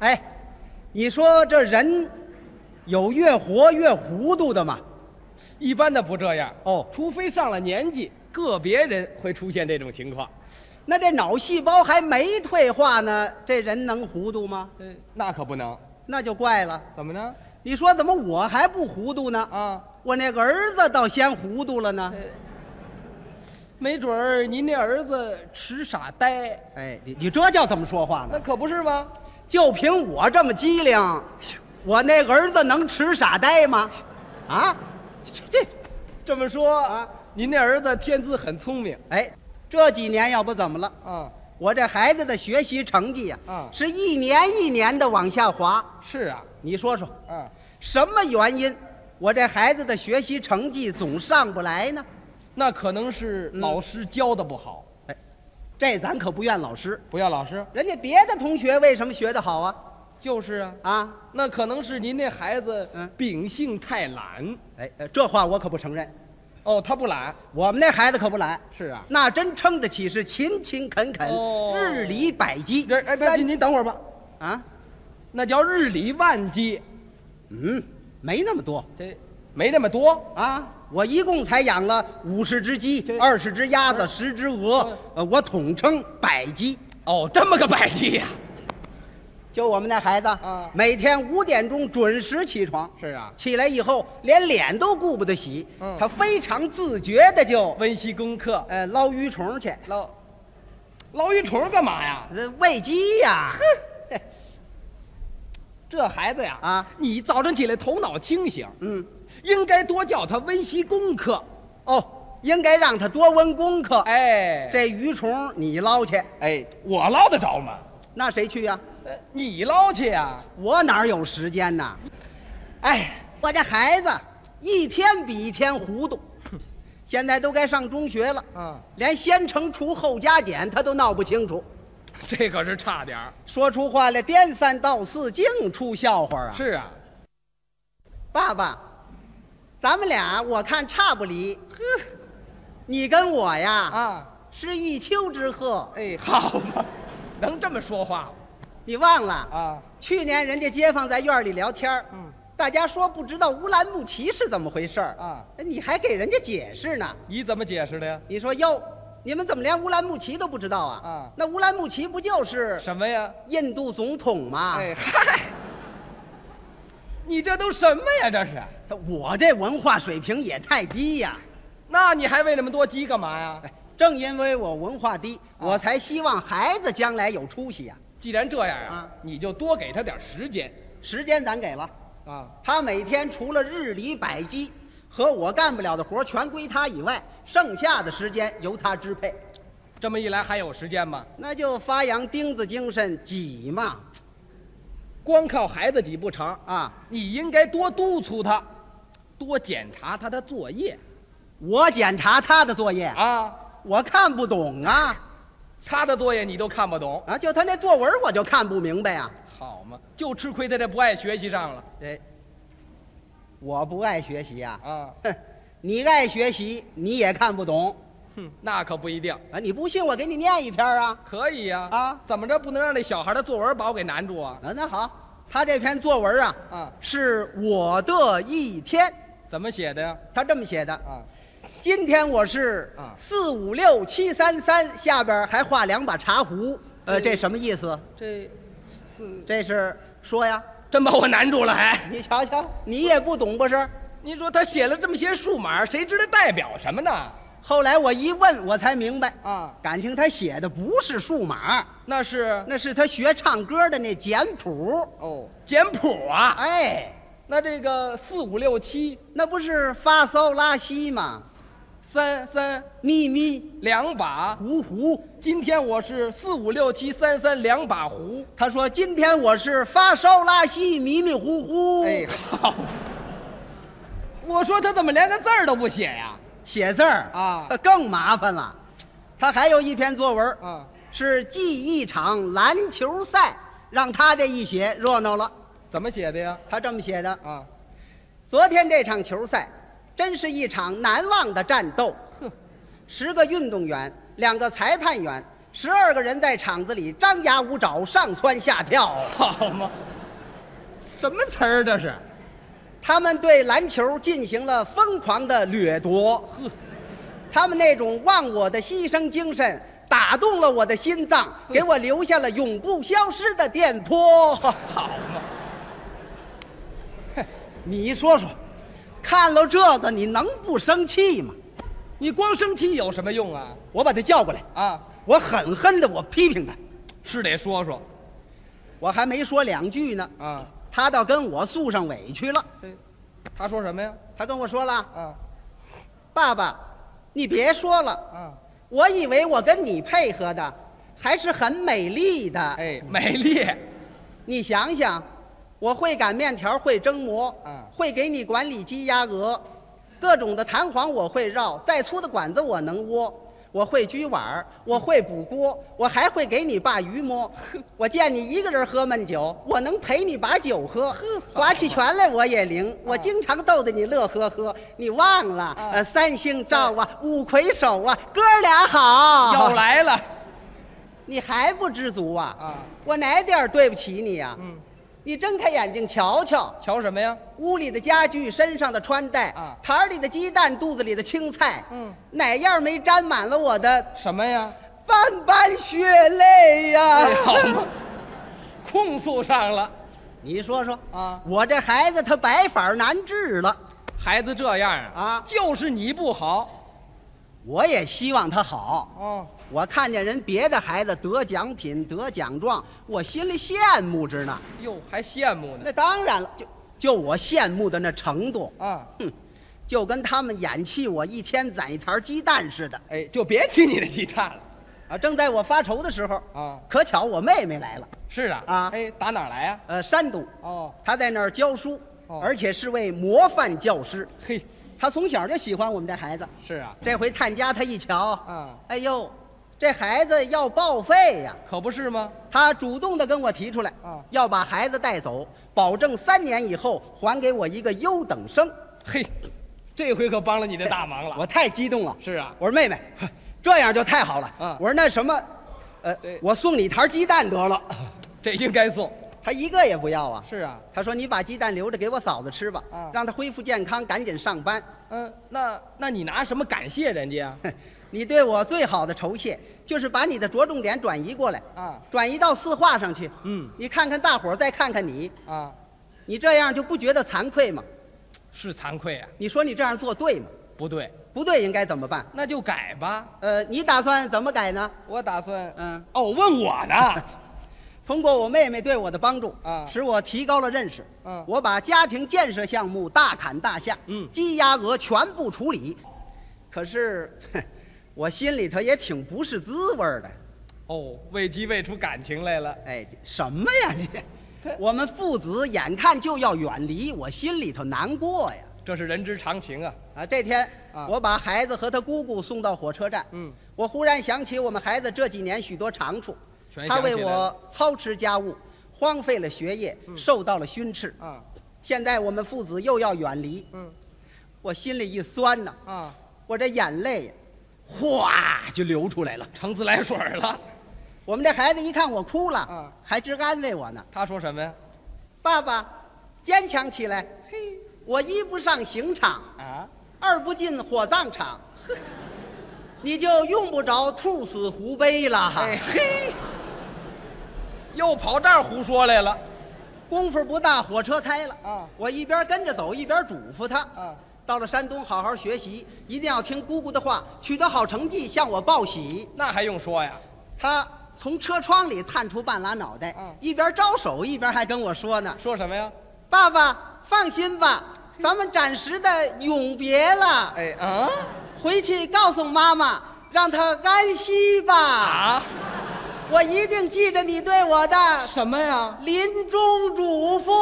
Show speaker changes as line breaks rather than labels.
哎，你说这人有越活越糊涂的吗？
一般的不这样，
哦，
除非上了年纪，个别人会出现这种情况。
那这脑细胞还没退化呢，这人能糊涂吗？
嗯，那可不能。
那就怪了。
怎么呢？
你说怎么我还不糊涂呢？
啊，
我那个儿子倒先糊涂了呢
呃。没准儿您那儿子痴傻呆，
哎，你你这叫怎么说话
那
呢？
可不是吗？
就凭我这么机灵，我那个儿子能吃傻呆吗？啊，这这，
这么说
啊，
您那儿子天资很聪明
哎，这几年要不怎么了？
啊，
我这孩子的学习成绩呀、
啊
是一年一年的往下滑。
是啊，
你说说，
啊，
什么原因，我这孩子的学习成绩总上不来呢？
那可能是
嗯
老师教的不好，
这咱可不怨老师，
不要老师，
人家别的同学为什么学得好啊？
就是啊，
啊，
那可能是您那孩子
嗯
秉性太懒，
哎，呃这话我可不承认。
哦，他不懒，
我们那孩子可不懒，
是啊，
那真称得起是勤勤恳恳，
哦
日理百机。
这哎，别
三
您您等会儿吧，
啊，
那叫日理万机，
嗯，没那么多
这没那么多，
啊。我一共才养了五十只鸡，
这嗯
二十只鸭子，十只鹅，呃，我统称百鸡。
哦，这么个百计呀、
就我们那孩子，
啊
每天五点钟准时起床，
是啊，
起来以后连脸都顾不得洗，
嗯
他非常自觉的就
温习功课，
呃捞鱼虫去，
捞捞鱼虫干嘛呀？
呃喂鸡呀、
这孩子呀，
啊，
你早晨起来头脑清醒，
嗯，
应该多叫他温习功课。
哦，应该让他多温功课。
哎，
这鱼虫你捞去，
哎，我捞得着吗？
那谁去呀、
呃你捞去呀、
我哪有时间 呐？哎，我这孩子一天比一天糊 涂，现在都该上中学了，
啊？
连先乘除后加减他都闹不清楚，
这可是差点儿。
说出话来颠三倒四，净出笑话啊！
是啊，
爸爸，咱们俩我看差不离，呵，你跟我呀，
啊，
是一丘之貉。
哎，好嘛，能这么说话吗
你忘了，
啊？
去年人家街坊在院里聊天儿
嗯
大家说不知道乌兰牧骑是怎么回事儿哎
啊，
你还给人家解释呢。
你怎么解释的呀？
你说哟，你们怎么连乌兰牧骑都不知道啊？
啊
那乌兰牧骑不就是
什么呀？
印度总统吗？
哎嗨，你这都什么呀？这是？
他我这文化水平也太低呀、
那你还喂那么多鸡干嘛呀？
哎正因为我文化低，
啊
我才希望孩子将来有出息呀、
既然这样啊，
啊
你就多给他点时间
时间咱给了，
啊。
他每天除了日理百机和我干不了的活儿全归他以外，剩下的时间由他支配。
这么一来还有时间吗？
那就发扬钉子精神，挤嘛
光靠孩子抵不成，
啊！
你应该多督促他，多检查他的作业
我检查他的作业，
啊。
我看不懂啊
他的作业你都看不懂，
啊！就他那作文，我就看不明白啊。
好嘛，就吃亏在这不爱学习上了
哎，我不爱学习啊，
啊。
哼，你爱学习你也看不懂
哼，那可不一定，
啊！你不信我给你念一篇啊
可以呀啊
啊！
怎么着不能让这小孩的作文把我给难住啊？
啊！那好，他这篇作文啊
啊，
是我的一天，
怎么写的呀？
他这么写的：
啊，
今天我是
啊
四五六七三三，下边还画两把茶壶。呃，
哎
这什么意思？
这是
这是说呀，
真把我难住了还、
你瞧瞧，你也不懂不是？
您说他写了这么些数码，谁知道代表什么呢？
后来我一问，我才明白，
啊，
感情他写的不是数码，
那是
那是他学唱歌的那简谱。
哦，简谱啊。
哎，
那这个四五六七
那不是发骚拉稀吗？
三三
咪咪
两把，
糊糊。
今天我是四五六七三三两把胡。
他说：“今天我是发烧拉稀，迷迷糊糊。”
哎，，好。我说他怎么连个字儿都不写呀？
写字儿
啊
呃更麻烦了。他还有一篇作文，
啊，
是记一场篮球赛，让他这一写热闹了。
怎么写的呀？
他这么写的：
啊，
昨天这场球赛，真是一场难忘的战斗。
哼，
十个运动员，两个裁判员，十二个人在厂子里张牙舞爪，上蹿下跳。
好嘛，什么词儿这是？
他们对篮球进行了疯狂的掠夺，他们那种忘我的牺牲精神打动了我的心脏，给我留下了永不消失的电波。
好嘛，
你说说，看了这个你能不生气吗？
你光生气有什么用啊？
我把他叫过来，
啊，
我狠狠的我批评他，
是得说说
我还没说两句呢，
啊。
他倒跟我诉上委屈了。
这他说什么呀？
他跟我说了
啊：“
爸爸，你别说了。”
啊，
我以为我跟你配合的还是很美丽的。
哎，美 丽，
你想想，我会擀面条，会蒸馍
嗯，
会给你管理鸡鸭鹅，各种的弹簧我会绕，再粗的管子我能窝。我会掬碗儿，我会补锅，我还会给你把鱼 摸。我见你一个人喝闷酒，我能陪你把酒 喝。划起拳来我也灵，我经常逗得你乐呵呵。你忘了？
嗯
呃，三星照啊，五魁首啊，哥俩好。
要来了
你还不知足啊？
啊。
我哪点儿对不起你啊呀、
嗯，
你睁开眼睛瞧瞧，
瞧什么呀？
屋里的家具、身上的穿戴、
啊
盘儿里的鸡蛋、肚子里的青菜，
嗯，
哪样没沾满了我的
什么呀？
斑斑血泪呀、
哎，好嘛，控诉上了
你说说，
啊。
我这孩子他白法儿难治了
孩子这样啊，
啊！
就是你不好
我也希望他好。
哦。
我看见人别的孩子得奖品、得奖状，我心里羡慕着呢。
哟，哎还羡慕呢
那当然了，就就我羡慕的那程度。
啊！
就跟他们演戏，我一天攒一坛鸡蛋似的
哎，就别提你的鸡蛋了
啊！正在我发愁的时候，
啊。
可巧我妹妹来了，
是啊
啊
哎，打哪儿来呀、
呃，山东，
哦，
她在那儿教书，
哦
而且是位模范教师。
嘿，
她从小就喜欢我们这孩子，
是啊，
这回探家，她一瞧，
啊，
哎呦，这孩子要报废呀！
可不是吗？
她主动的跟我提出来
啊，
要把孩子带走，保证三年以后还给我一个优等生。
嘿，这回可帮了你的大忙了。
我太激动了，
是啊，
我说妹妹， 呵这样就太好了。
嗯
我说那什么，呃
对，
我送你一坛鸡蛋得了。
这应该送。
他一个也不要啊。
是啊，
他说你把鸡蛋留着给我嫂子吃吧，
嗯
让她恢复健康，赶紧上班。
嗯，那那你拿什么感谢人家啊？
哼你对我最好的酬谢就是把你的着重点转移过来，
啊，
转移到四化上去。
嗯，
你看看大伙儿，再看看你，
啊，
你这样就不觉得惭愧吗？
是惭愧啊，
你说你这样做对吗？
不对，
不对，应该怎么办？
那就改吧。
呃，你打算怎么改呢？
我打算，
嗯，
哦，问我呢。
通过我妹妹对我的帮助
啊
使我提高了认识。
嗯
我把家庭建设项目大砍大下，
嗯
鸡鸭鹅全部处理。可是，哼我心里头也挺不是滋味儿的。
哦，喂鸡喂出感情来了。
哎，这什么呀 这？我们父子眼看就要远离，我心里头难过呀。
这是人之常情啊。
啊，这天、
啊
我把孩子和他姑姑送到火车站，
嗯，
我忽然想起我们孩子这几年许多长处，
全
他
想
为
起来嗯了
我操持家务，荒废了学业，受到了训斥。
啊，
现在我们父子又要远离，
嗯，
我心里一酸呐，
啊，
我这眼泪呀，哗就流出来了。
成自来水儿了。
我们这孩子一看我哭了，
啊
还知安慰我呢。
他说什么呀？
爸爸，坚强起来。
嘿，
我一不上刑场，
啊，
二不进火葬场， 你就用不着兔死狐悲了。
哎嘿，又跑这儿胡说来了。
功夫不大，火车开了。
啊
我一边跟着走，一边嘱咐他。
啊，
到了山东，好好学习，一定要听姑姑的话，取得好成绩向我报喜。
那还用说呀？
他从车窗里探出半拉脑袋
嗯，
一边招手一边还跟我说呢
说什么呀？：“
爸爸，放心吧，咱们暂时的永别了，
嗯哎啊
回去告诉妈妈，让她安息吧。
啊！
我一定记着你对我的
什么呀？
临终嘱咐。